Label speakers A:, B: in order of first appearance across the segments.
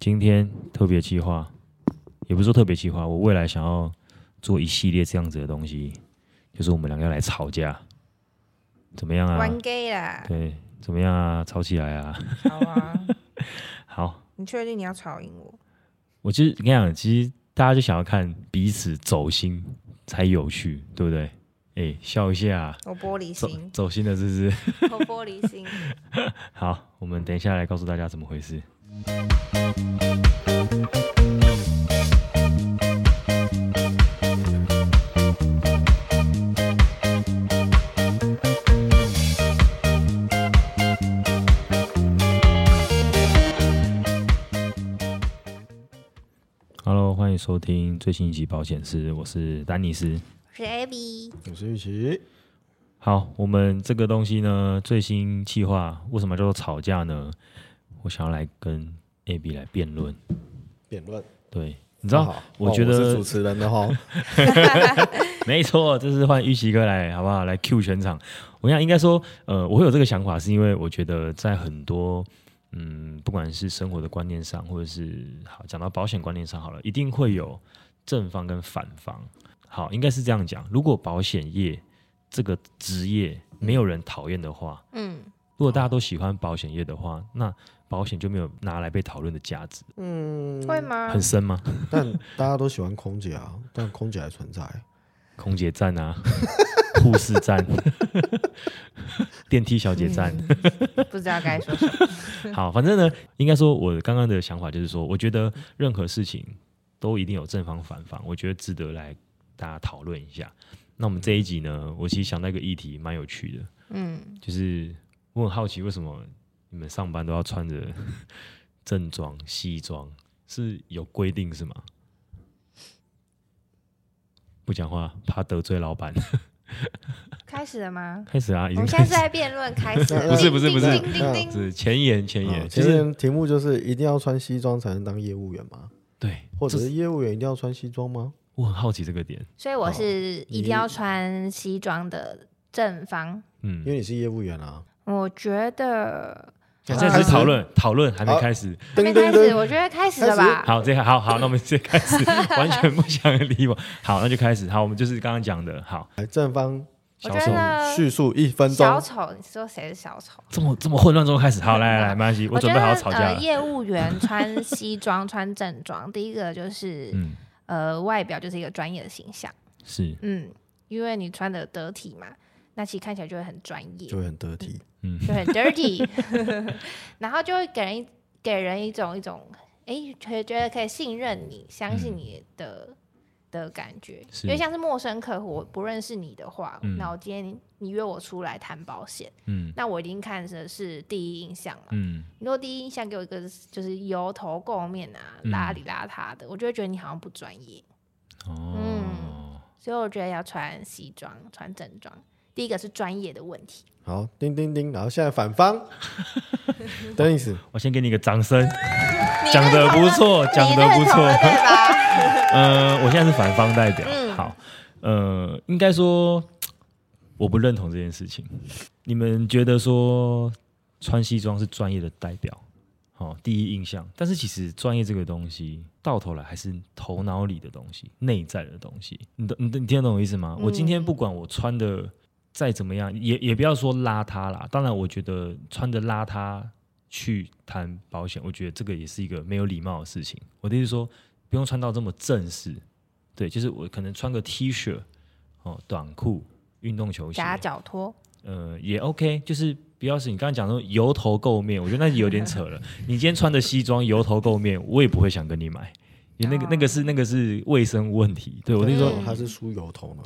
A: 今天特别计划，也不是说特别计划，我未来想要做一系列这样子的东西，就是我们两个要来吵架，怎么样啊？
B: 玩 gay 啦，
A: 对，怎么样啊？吵起来啊！
B: 好啊！
A: 好，
B: 你确定你要吵赢我？
A: 我其实跟你讲，其实大家就想要看彼此走心才有趣，对不对？哎，笑一下，
B: 我玻璃
A: 走
B: 心，
A: 走心了是不是？
B: 我玻璃心。
A: 好，我们等一下来告诉大家怎么回事。Hello，欢迎收听最新一集保险师，我是丹尼斯。
B: 我是 Abby，
C: 我是玉琪，
A: 好，我们这个东西呢，最新计划为什么叫做吵架呢？我想要来跟 A B 来辩论。
C: 辩论，
A: 对，你知道，
C: 好
A: 我觉
C: 哦是
A: 得、
C: 主持人 的话，
A: 没错，这是换玉琪哥来，好不好？来 Q 全场。我想应该说，呃，我会有这个想法，是因为我觉得在很多，嗯，不管是生活的观念上，或者是好讲到保险观念上好了，一定会有正方跟反方。好，应该是这样讲。如果保险业这个职业没有人讨厌的话，
B: 嗯
A: 如果大家都喜欢保险业的话，那保险就没有拿来被讨论的价值，
C: 嗯，
B: 会吗？
A: 很深吗？
C: 但大家都喜欢空姐啊，但空姐还存在，
A: 空姐站啊， 护士站， 电梯小姐站。
B: 嗯不知道该 说什么。
A: 好，反正呢，应该说我刚刚的想法就是说，我觉得任何事情都一定有正方反方，我觉得值得来大家讨论一下。那我们这一集呢，我其实想到一个议题，蛮有趣的，
B: 嗯，
A: 就是我很好奇为什么你们上班都要穿着 正装、西装，是有规定是吗？不讲话，怕得罪老板。
B: 开始了吗？
A: 开始啊，已
B: 我
A: 经开
B: 们现在是
A: 始。
B: 在辩论开始，
C: 不 是
A: 不是不是嗯
B: 叮叮叮叮叮，
A: 是前言前
C: 啊
A: 言，
C: 其
A: 其实
C: 实题目就是一定要穿西装才能当业务员吗？
A: 对，
C: 或者
A: 这
C: 是业务员一定要穿西装吗？
A: 我很好奇这个点，
B: 所以我是
A: 哦
B: 一定要穿西装的正方。
A: 嗯
C: 因，为你是业务员啊。
B: 我觉得
A: 现在只是讨论讨论还没
C: 好
A: 开始，
B: 还没开始，，我觉得开始了吧？
A: 好，这个好好，那我们直接开 始，完全不想理我，好，那就开始，好，我们就是刚刚讲的，好，
C: 来正方
B: 我
A: 小
B: 觉
A: 丑
B: 得
C: 叙述一分钟，
B: 小丑，你说谁是小丑？
A: 这么这么混乱中开始，好，来来来，没关系，我
B: 觉
A: 准
B: 得
A: 备好吵架
B: 呃，
A: 了，
B: 业务员穿西装、穿正装，第一个就是、
A: 嗯，
B: 呃，外表就是一个专业的形象，
A: 是，
B: 嗯，因为你穿的得体嘛，那其实看起来就会很专业，
C: 就会很得体。
A: 嗯，
B: 就 很 dirty，然 后就会给人一给人一种一种哎，觉觉得可以信任你、相信你的、的感觉，
A: 嗯是
B: 因为像是陌生客户，我不认识你的话，
A: 嗯
B: 那我今天你你约我出来谈保险，
A: 嗯
B: 那我一定看的是第一印象嘛。
A: 嗯，
B: 你如果第一印象给我一个就是油头垢面啊、
A: 嗯
B: 邋里邋遢的，我就会觉得你好像不专业，
A: 哦，
B: 所以我觉得要穿西装、穿正装。第一个是专业的问题，
C: 好，叮叮叮，然后现在反 方，等意思，
A: 我先给你一个掌声，讲的不错，讲
B: 你
A: 的
B: 认
A: 不
B: 同
A: 错
B: 了，对吧？
A: 呃，我现在是反方代表。
B: 嗯
A: 好，呃，应该说我不认同这件事情。你们觉得说穿西装是专业的代表，好、第一印象。但是其实专业这个东西，到头来还是头脑里的东西，内在的东西。你懂你你听得懂我意思吗？我今天
B: 嗯
A: 不管我穿的再怎么样，也也不要说邋遢啦。当然，我觉得穿的邋遢去谈保险，我觉得这个也是一个没有礼貌的事情。我的意思是说，不用穿到这么正式，对，就是我可能穿个 T 恤，哦，短裤、运动球鞋，
B: 夹脚拖，
A: 呃，也 OK，就是不要是你刚刚讲说油头垢面，我觉得那有点扯了。你今天穿的西装油头垢面，我也不会想跟你买。你那个、
B: 哦
A: 那个是那个是卫生问题，对我就说。
B: 嗯
C: 他是梳油头呢，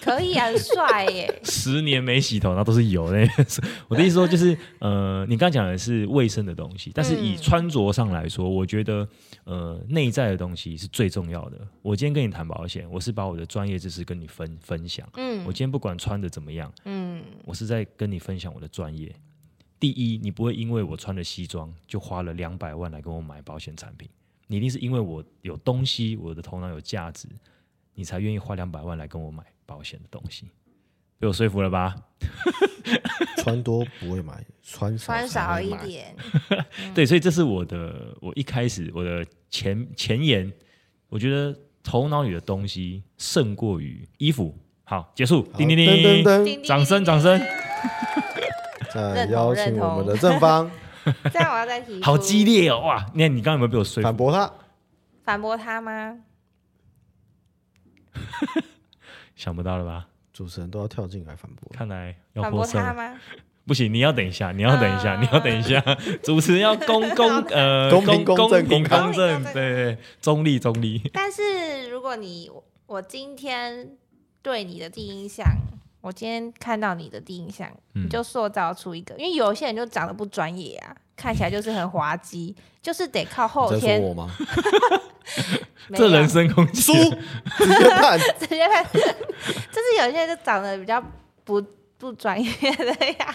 B: 可以啊很帅耶
A: 十年没洗头，那都是油那边是 我的意思说就是，呃，你刚讲的是卫生的东西，但是以
B: 嗯
A: 穿着上来说，我觉得呃内在的东西是最重要的。我今天跟你谈保险，我是把我的专业知识跟你分分享。我
B: 嗯
A: 今天不管穿的怎么样，
B: 嗯，
A: 我是在跟你分享我的专业。第一，你不会因为我穿了西装就花了两百万来跟我买保险产品，你一定是因为我有东西，我的头脑有价值，你才愿意花两百万来跟我买保险的东西。被我说服了吧？
C: 穿多不会买，穿少
B: 穿
C: 才
B: 少
C: 会
B: 一
C: 买。
B: 点，
C: 嗯
A: 对，所以这是我的，我一开始我的前前言，我觉得头脑里的东西胜过于衣服。好，结束，
C: 好
A: 叮叮叮，
C: 噔噔
B: 叮
C: 噔！
B: 叮
A: 掌声
B: 叮
A: 掌声，
C: 再
B: 认同
C: 邀请
B: 认
C: 我们
B: 同
C: 的正方
B: 这样我要再提出，
A: 好激烈哦！哇，那你刚刚有没有被我说
C: 反
A: 服？
C: 驳他，
B: 反驳他吗？
A: 想不到了吧？
C: 主持人都要跳进来反驳。
A: 看来要
B: 反
A: 获
B: 驳
A: 胜
B: 他
A: 了。
B: 吗？
A: 不行，你要等一下，你要等一下，
B: 啊
A: 你要等一 下。主持人要公公呃
C: 公平
A: 公
C: 公正
A: 平
C: 公开
A: 公正，
B: 公平公正
A: 对对，对中立中立。
B: 但是如果你我我今天对你的第一印象，我今天看到你的第一印象，
A: 嗯
B: 你就塑造出一个，因为有些人就长得不专业啊，看起来就是很滑稽，就是得靠后
C: 你在
B: 天
C: 说。我吗？
B: 没有
A: 这人身攻
C: 输
A: 击，，
C: 直接判。
B: 直接拍，就是有些人就长得比较不不专业的呀，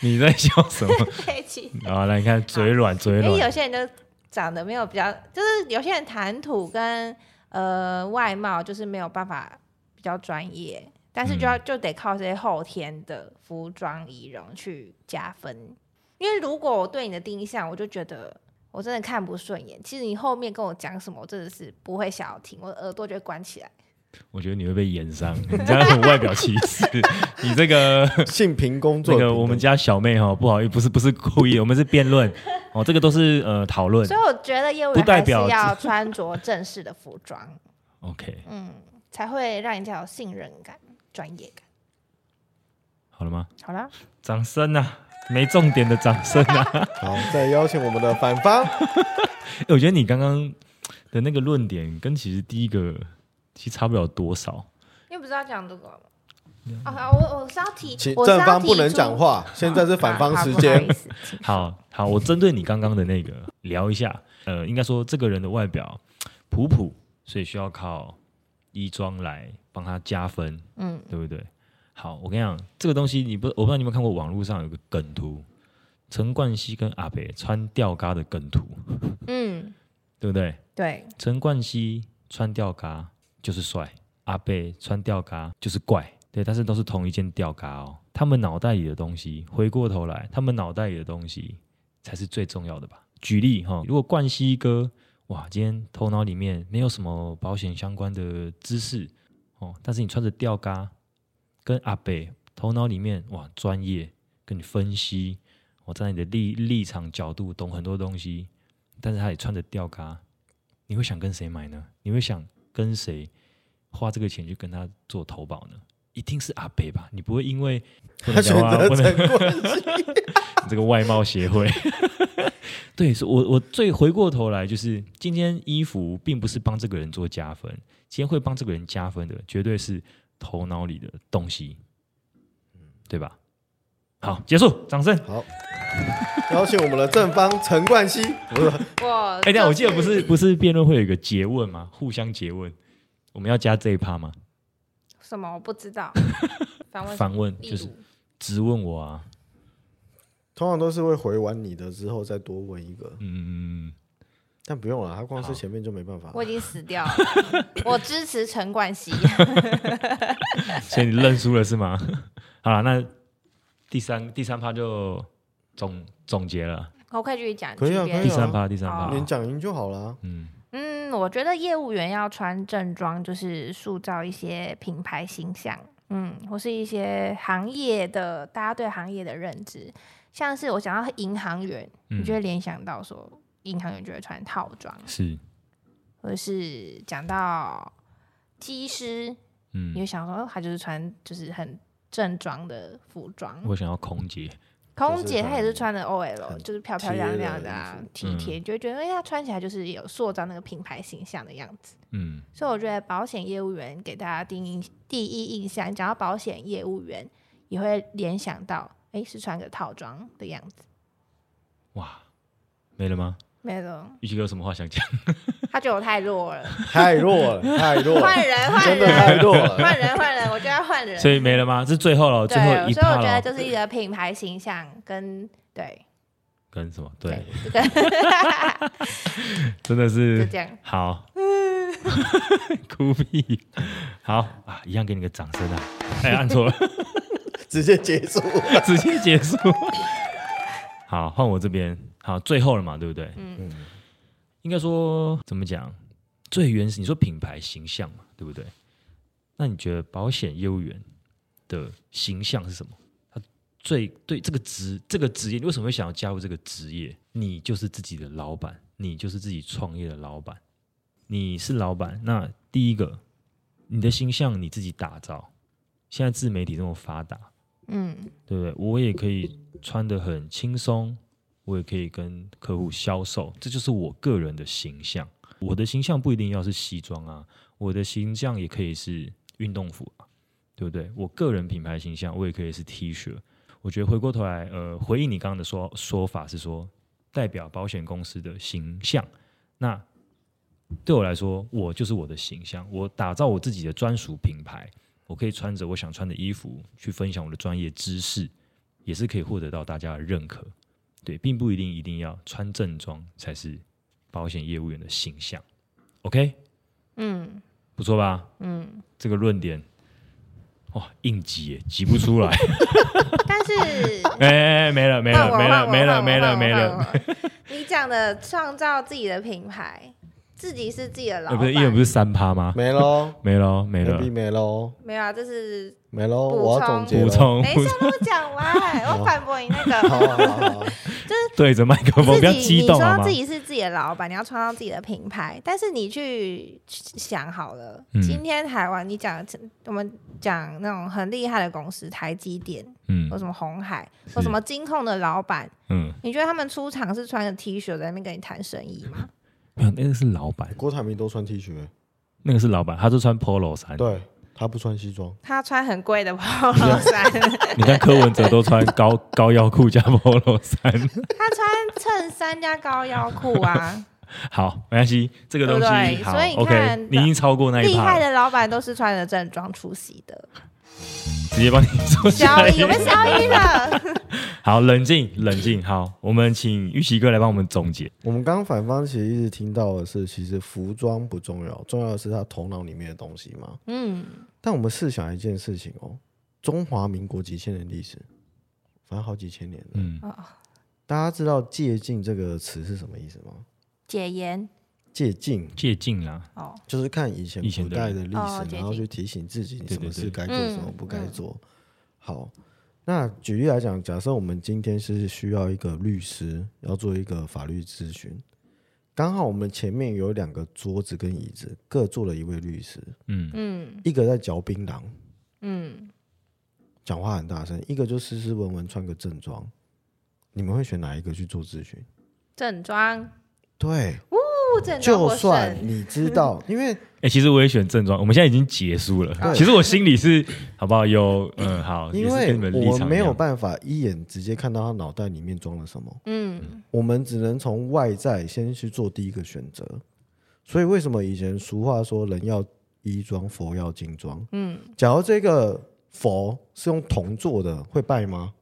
A: 你在笑什么？
B: 在一起。
A: 啊，来你看嘴软嘴
B: 因为有
A: 软，
B: 些人就长得没有比较，就是有些人谈吐跟呃外貌就是没有办法比较专业，但是就
A: 嗯
B: 要、就得靠这些后天的服装仪容去加分。因为如果我对你的第一印象，我就觉得我真的看不顺眼，其实你后面跟我讲什么，我真的是不会想要听，我的耳朵就会关起来。
A: 我觉得你会被延上，你这样很外表歧 视。你这个
C: 性平工
A: 这
C: 作，
A: 个我们家小妹哦哈，不好意思，不是不是故意，我们是辩论哦，这个都是呃讨论
B: 所。以我觉得业务
A: 不
B: 员
A: 代
B: 还是
A: 表
B: 要穿着正式的服装，
A: OK，
B: 嗯，才会让人家有信任感、专业感。
A: 好了吗？
B: 好啦，
A: 掌声啊，没重点的掌声啊。
C: 好，再邀请我们的反方，
A: 欸我觉得你刚刚的那个论点跟其实第一个其实差不了多少。
B: 因为不是要讲这个吗？
A: 嗯
B: 哦，好我我是要提，
C: 请
B: 我是要
C: 正方
B: 提
C: 不能
B: 出啊
C: 讲，话，现在是反方时
B: 好。好
C: 间
B: 不好意。思请
A: 好好，我针对你刚刚的那个聊一下。呃，应该说这个人的外表普普，所以需要靠衣装来帮他加分，
B: 嗯，
A: 对不对？好，我跟你讲，这个东西你不，我不知道你有没有看过网络上有个梗图，陈冠希跟阿北穿吊嘎的梗图，
B: 嗯，
A: 对不对？
B: 对，
A: 陈冠希穿吊嘎就是帅，阿贝穿吊嘎就是怪，对，但是都是同一件吊嘎哦。他们脑袋里的东西，回过头来，他们脑袋里的东西才是最重要的吧？举例哈、如果冠希哥，哇，今天头脑里面没有什么保险相关的知识哦，但是你穿着吊嘎，跟阿贝头脑里面哇专业，跟你分析，我、站在你的立立场角度懂很多东西，但是他也穿着吊嘎，你会想跟谁买呢？你会想跟谁花这个钱去跟他做投保呢？一定是阿北吧？你不会因为不
C: 他
A: 能
C: 选
A: 聊啊，
C: 择
A: 不能
C: 陈冠希，
A: 这个外貌协会。 对，所以我我最回过头来就是，今天衣服并不是帮这个人做加分，今天会帮这个人加分的，绝对是头脑里的东西，嗯对吧？好，结束，掌声。
C: 好，邀请我们的正方陈冠希，不是
B: 我
A: 哎、等一下
B: 就
A: 我记得不 是不是辩论会有一个诘问吗？互相诘问，我们要加这一趴吗？
B: 什么，我不知道，反问什么
A: 反问
B: 例
A: 就是
B: 如
A: 直问我啊，
C: 通常都是会回完你的之后再多问一个，
A: 嗯，
C: 但不用了，他光
A: 好
C: 是前面就没办法。
B: 我已经死掉 了，嗯我支持陈冠希。
A: 嗯所以你认输了是吗？ 好了，那第三第三趴就总总结了，
B: 我可以继续讲
C: 可以啊
B: 区别
C: 可
A: 第
C: 以啊
A: 三趴第三趴，
B: 好
C: 你讲赢就好了。
A: 嗯
B: 嗯，我觉得业务员要穿正装，就是塑造一些品牌形象，嗯，或是一些行业的大家对行业的认知。像是我想到银行员，
A: 嗯
B: 你就会联想到说，银行员就会穿套装，
A: 是，
B: 或者是讲到机师，你
A: 嗯，
B: 就想说，哦他就是穿就是很正装的服装。
A: 我想要空姐，
B: 空姐
C: 很
B: 她也是穿的 OL，
C: 很
B: 就是漂漂亮亮的、啊，
C: 贴
A: 的衣
B: 体
A: 服
B: 贴，你就会觉得哎，她穿起来就是有塑造那个品牌形象的样子。
A: 嗯
B: 所以我觉得保险业务员给大家第一印第一印象，讲到保险业务员，也会联想到，哎，是穿个套装的样子。
A: 哇，没了吗？
B: 没有，
A: 玉琪哥有什么话想讲？
B: 他觉得我太弱 了，
C: 太弱了， 太弱了，
B: 换人，换
C: 真的太
B: 人，
C: 弱了。
B: 换人，换人，我就要换人。
A: 所以没了吗？这是最后了，最后
B: 对，
A: 一
B: 所以我
A: 趴
B: 觉得
A: 了，
B: 就是一个品牌形象跟对
A: 跟什么？对，，
B: 这个
A: 真的
B: 就是这样。嗯
A: 好， 哭屁！好啊，一样给你个掌声啊！哎，按错了，
C: 直接结束。
A: 直接结束。好，换我这边。好，最后了嘛，对不对？
B: 嗯
C: 嗯
A: 应该说怎么讲？最原始，你说品牌形象嘛，对不对？那你觉得保险业务员的形象是什么？他最对这个职这个职业，你为什么会想要加入这个职业？你就是自己的老板，你就是自己创业的老板，你是老板。那第一个，你的形象你自己打造。现在自媒体这么发达，
B: 嗯
A: 对不对？我也可以穿得很轻松，我也可以跟客户销售，这就是我个人的形象。我的形象不一定要是西装啊，我的形象也可以是运动服啊，对不对？我个人品牌形象，我也可以是 T 恤。我觉得回过头来，呃，回应你刚刚的说说法是说，代表保险公司的形象。那对我来说，我就是我的形象，我打造我自己的专属品牌。我可以穿着我想穿的衣服去分享我的专业知识，也是可以获得到大家的认可。对，并不一定一定要穿正装才是保险业务员的形象。OK，
B: 嗯
A: 不错吧？
B: 嗯。
A: 这个论点，哇，硬挤耶，挤不出来。
B: 但是
A: 哎哎、哎没了，没
B: 换
A: 了，
B: 我
A: 没
B: 换
A: 了，
B: 我
A: 没
B: 换
A: 了，
B: 我
A: 没了，
B: 换我
A: 没
B: 换
A: 了。
B: 我 你讲的创造自己的品牌，自己是自己的老
A: 呃，
B: 板，
A: 不是，因为不是三趴吗？
C: 没喽
A: 没了，没了。
C: ，B 没喽，
B: 没有啊，这是
C: 没喽，
B: 补充
C: 我要总结
A: 补
C: 了。
A: 充，
B: 没事，啊我都讲完， 我反驳你那个。
C: 好好好好，
A: 对着麦克风，不要
B: 自己，
A: 激
B: 你
A: 动好
B: 说
A: 吗
B: 自？己是自己的老板，你要创造自己的品牌，但是你去想好了，
A: 嗯
B: 今天台湾你讲我们讲那种很厉害的公司，台积电
A: 嗯
B: 或什么红海
A: 是
B: 或什么金控的老板，
A: 嗯，
B: 你觉得他们出场是穿着 T 恤在那边跟你谈生意 吗？
A: 没有，那个是老板，
C: 郭台铭都穿 T 恤欸，
A: 那个是老板，他就穿 polo 衫。
C: 对他不穿西装，
B: 他穿很贵的 polo 衫，
A: 你看柯文哲都穿高高腰裤加 polo 衫，
B: 他穿衬衫加高腰裤啊，
A: 好，没关系，这个东西
B: 对不对
A: 好
B: 所以你
A: o
B: 看
A: k 你已经超过 那一
B: 厉
A: 趴
B: 害
A: 了，
B: 的老板都是穿着正装出席的。
A: 直接帮你做
B: 交
A: 下一
B: 易，我们交易了，
A: 好，冷静，冷静，好，我们请玉琪哥来帮我们总结。
C: 我们刚刚反方其实一直听到的是，其实服装不重要，重要的是他头脑里面的东西嘛。
B: 嗯，
C: 但我们试想一件事情哦，中华民国几千年历史，反正好几千年了。
A: 嗯，
C: 大家知道“借镜”这个词是什么意思吗？
B: 解严
C: 借镜
A: 借镜啊啦，
B: 哦，
C: 就是看以前
A: 以前
C: 古
A: 的
C: 代的历
B: 哦
C: 史，
B: 借
C: 然后
B: 镜
C: 去提醒自己你
A: 对
C: 什么
A: 对
C: 事
A: 对
C: 该做，什么
B: 嗯
C: 不该
B: 嗯
C: 做。好，那举例来讲，假设我们今天是需要一个律师要做一个法律咨询，刚好我们前面有两个桌子跟椅子，各坐了一位律师，
A: 嗯，
B: 嗯
C: 一个在嚼槟榔，
B: 嗯，
C: 讲话很大声，一个就斯斯文文穿个正装，你们会选哪一个去做咨询？
B: 正装，
C: 对，
B: 不正装
C: 就
B: 获
C: 算
B: 胜，
C: 你 知道，因为
A: 哎、其实我也选正装，我们现在已经结束了。
C: 对
A: 其实我心里是，好不好？有，嗯，好，
C: 因
A: 也是跟
C: 为
A: 你们立
C: 我
A: 场
C: 没
A: 一
C: 有
A: 样
C: 办法一眼直接看到他脑袋里面装了什么，
B: 嗯
C: 我们只能从外在先去做第一个选择。所以为什么以前俗话说人要衣装，佛要金装？
B: 嗯，
C: 假如这个佛是用铜做的，会拜吗？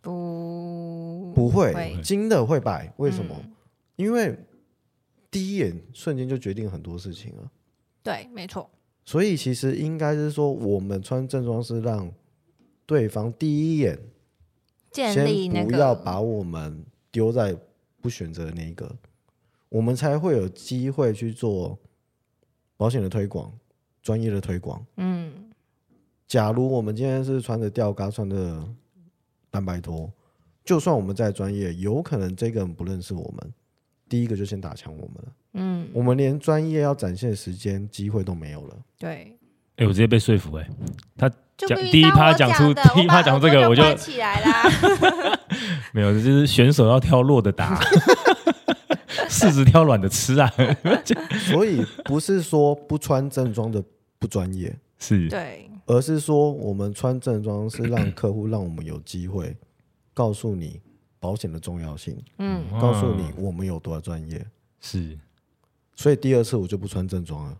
B: 不
C: 不会，
B: 嗯会
C: 金的会拜。为什么？
B: 嗯
C: 因为第一眼瞬间就决定很多事情了。
B: 对，没错，
C: 所以其实应该是说，我们穿正装是让对方第一眼
B: 建立那
C: 先不要
B: 个，
C: 把我们丢在不选择的那一个，我们才会有机会去做保险的推广、专业的推广。
B: 嗯
C: 假如我们今天是穿着吊嘎、穿着蛋白拖，就算我们再专业，有可能这个人不认识我们，第一个就先打枪我们了。
B: 嗯，
C: 我们连专业要展现的时间、机会都没有了。
B: 对。
A: 哎、我直接被说服、哎，
B: 就
A: 讲
B: 必须
A: 第一
B: 当
A: 趴
B: 我
A: 讲
B: 讲
A: 出
B: 的
A: 第一
B: 我
A: 趴
B: 把
A: 讲
B: 耳
A: 出这
B: 朵
A: 个我就
B: 关起来 啦。
A: 没有，就是选手要挑弱的 打，柿子挑软的吃啊，
C: 所以不是说不穿正装的不专业，
A: 是，
B: 对，
C: 而是说我们穿正装是让客户让我们有 机会告诉你保险的重要性，
B: 嗯，
C: 告诉你
A: 嗯
C: 我们有多专业。
A: 是。
C: 所以第二次我就不穿正装了。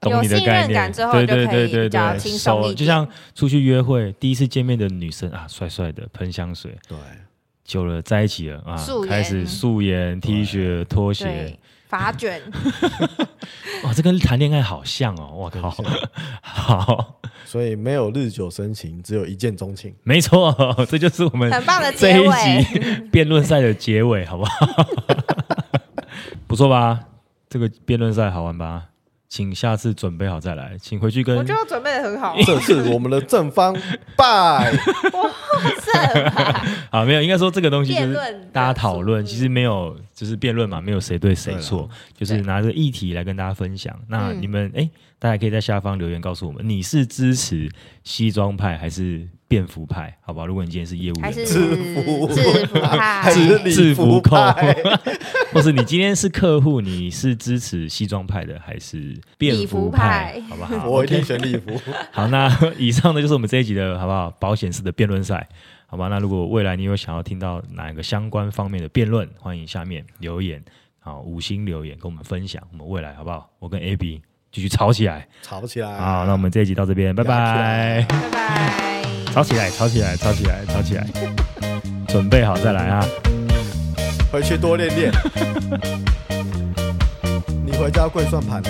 A: 懂你的概
B: 有信任
A: 念，
B: 感之后
A: 对
B: 就
A: 对
B: 可
A: 对
B: 以
A: 对
B: 比较
A: 对，
B: 轻松
A: 熟
B: 一
A: 了
B: 点
A: 就像出去约会，第一次见面的女生啊，帅帅的，喷香水，
C: 对，
A: 久了在一起了啊
B: 素，颜嗯
A: 开始素颜、T 恤、拖鞋
B: 对，，发卷，
A: 哇，这跟谈恋爱好像哦，我靠， 好，
C: 所以没有日久生情，只有一见 钟情。
A: 没错，这就是我们
B: 很棒的
A: 这
B: 结
A: 一
B: 尾。
A: 集辩论赛的结尾，好不 好？不错吧？这个辩论赛好玩吧？请下次准备好再来，请回去
B: 我
A: 跟
B: 觉得我准备的很好，
C: 这是我们的正方， 拜。
B: 是吧？
A: 啊，没有，应该说这个东西就
B: 辩
A: 是
B: 论的
A: 大家讨论，
B: 组
A: 其实没有就是辩论嘛，没有谁对谁错，就是
B: 对
A: 拿着议题来跟大家分享。那
B: 嗯
A: 你们哎、大家可以在下方留言告诉我们，你是支持西装派还是便服派？好吧，如果你今天是业务
B: 还
A: 员，
B: 是
C: 制服
B: 制服
C: 还
B: 派？
C: 是你
A: 制服控
C: 派，
A: 或是你今天是客户，你是支持西装派的还是便
B: 礼
A: 服
B: 服
A: 派
B: 派？
A: 好不好？
C: 我一
A: OK
C: 定选礼服。
A: 好，那 以上呢就是我们这一集的好不好？保险式的辩论赛，好吧？那如果未来你有想要听到哪个相关方面的辩论，欢迎下面留言，好，五星留言跟我们分享，我们未来好不好？我跟 AB 继续吵起来。
C: 吵起来！
A: 好，那我们这一集到这边，拜拜。
B: 拜拜。
A: 吵起来，吵起来，吵起来，吵起来， 准备好再来啊！
C: 回去多练 练。你回家要跪算盘。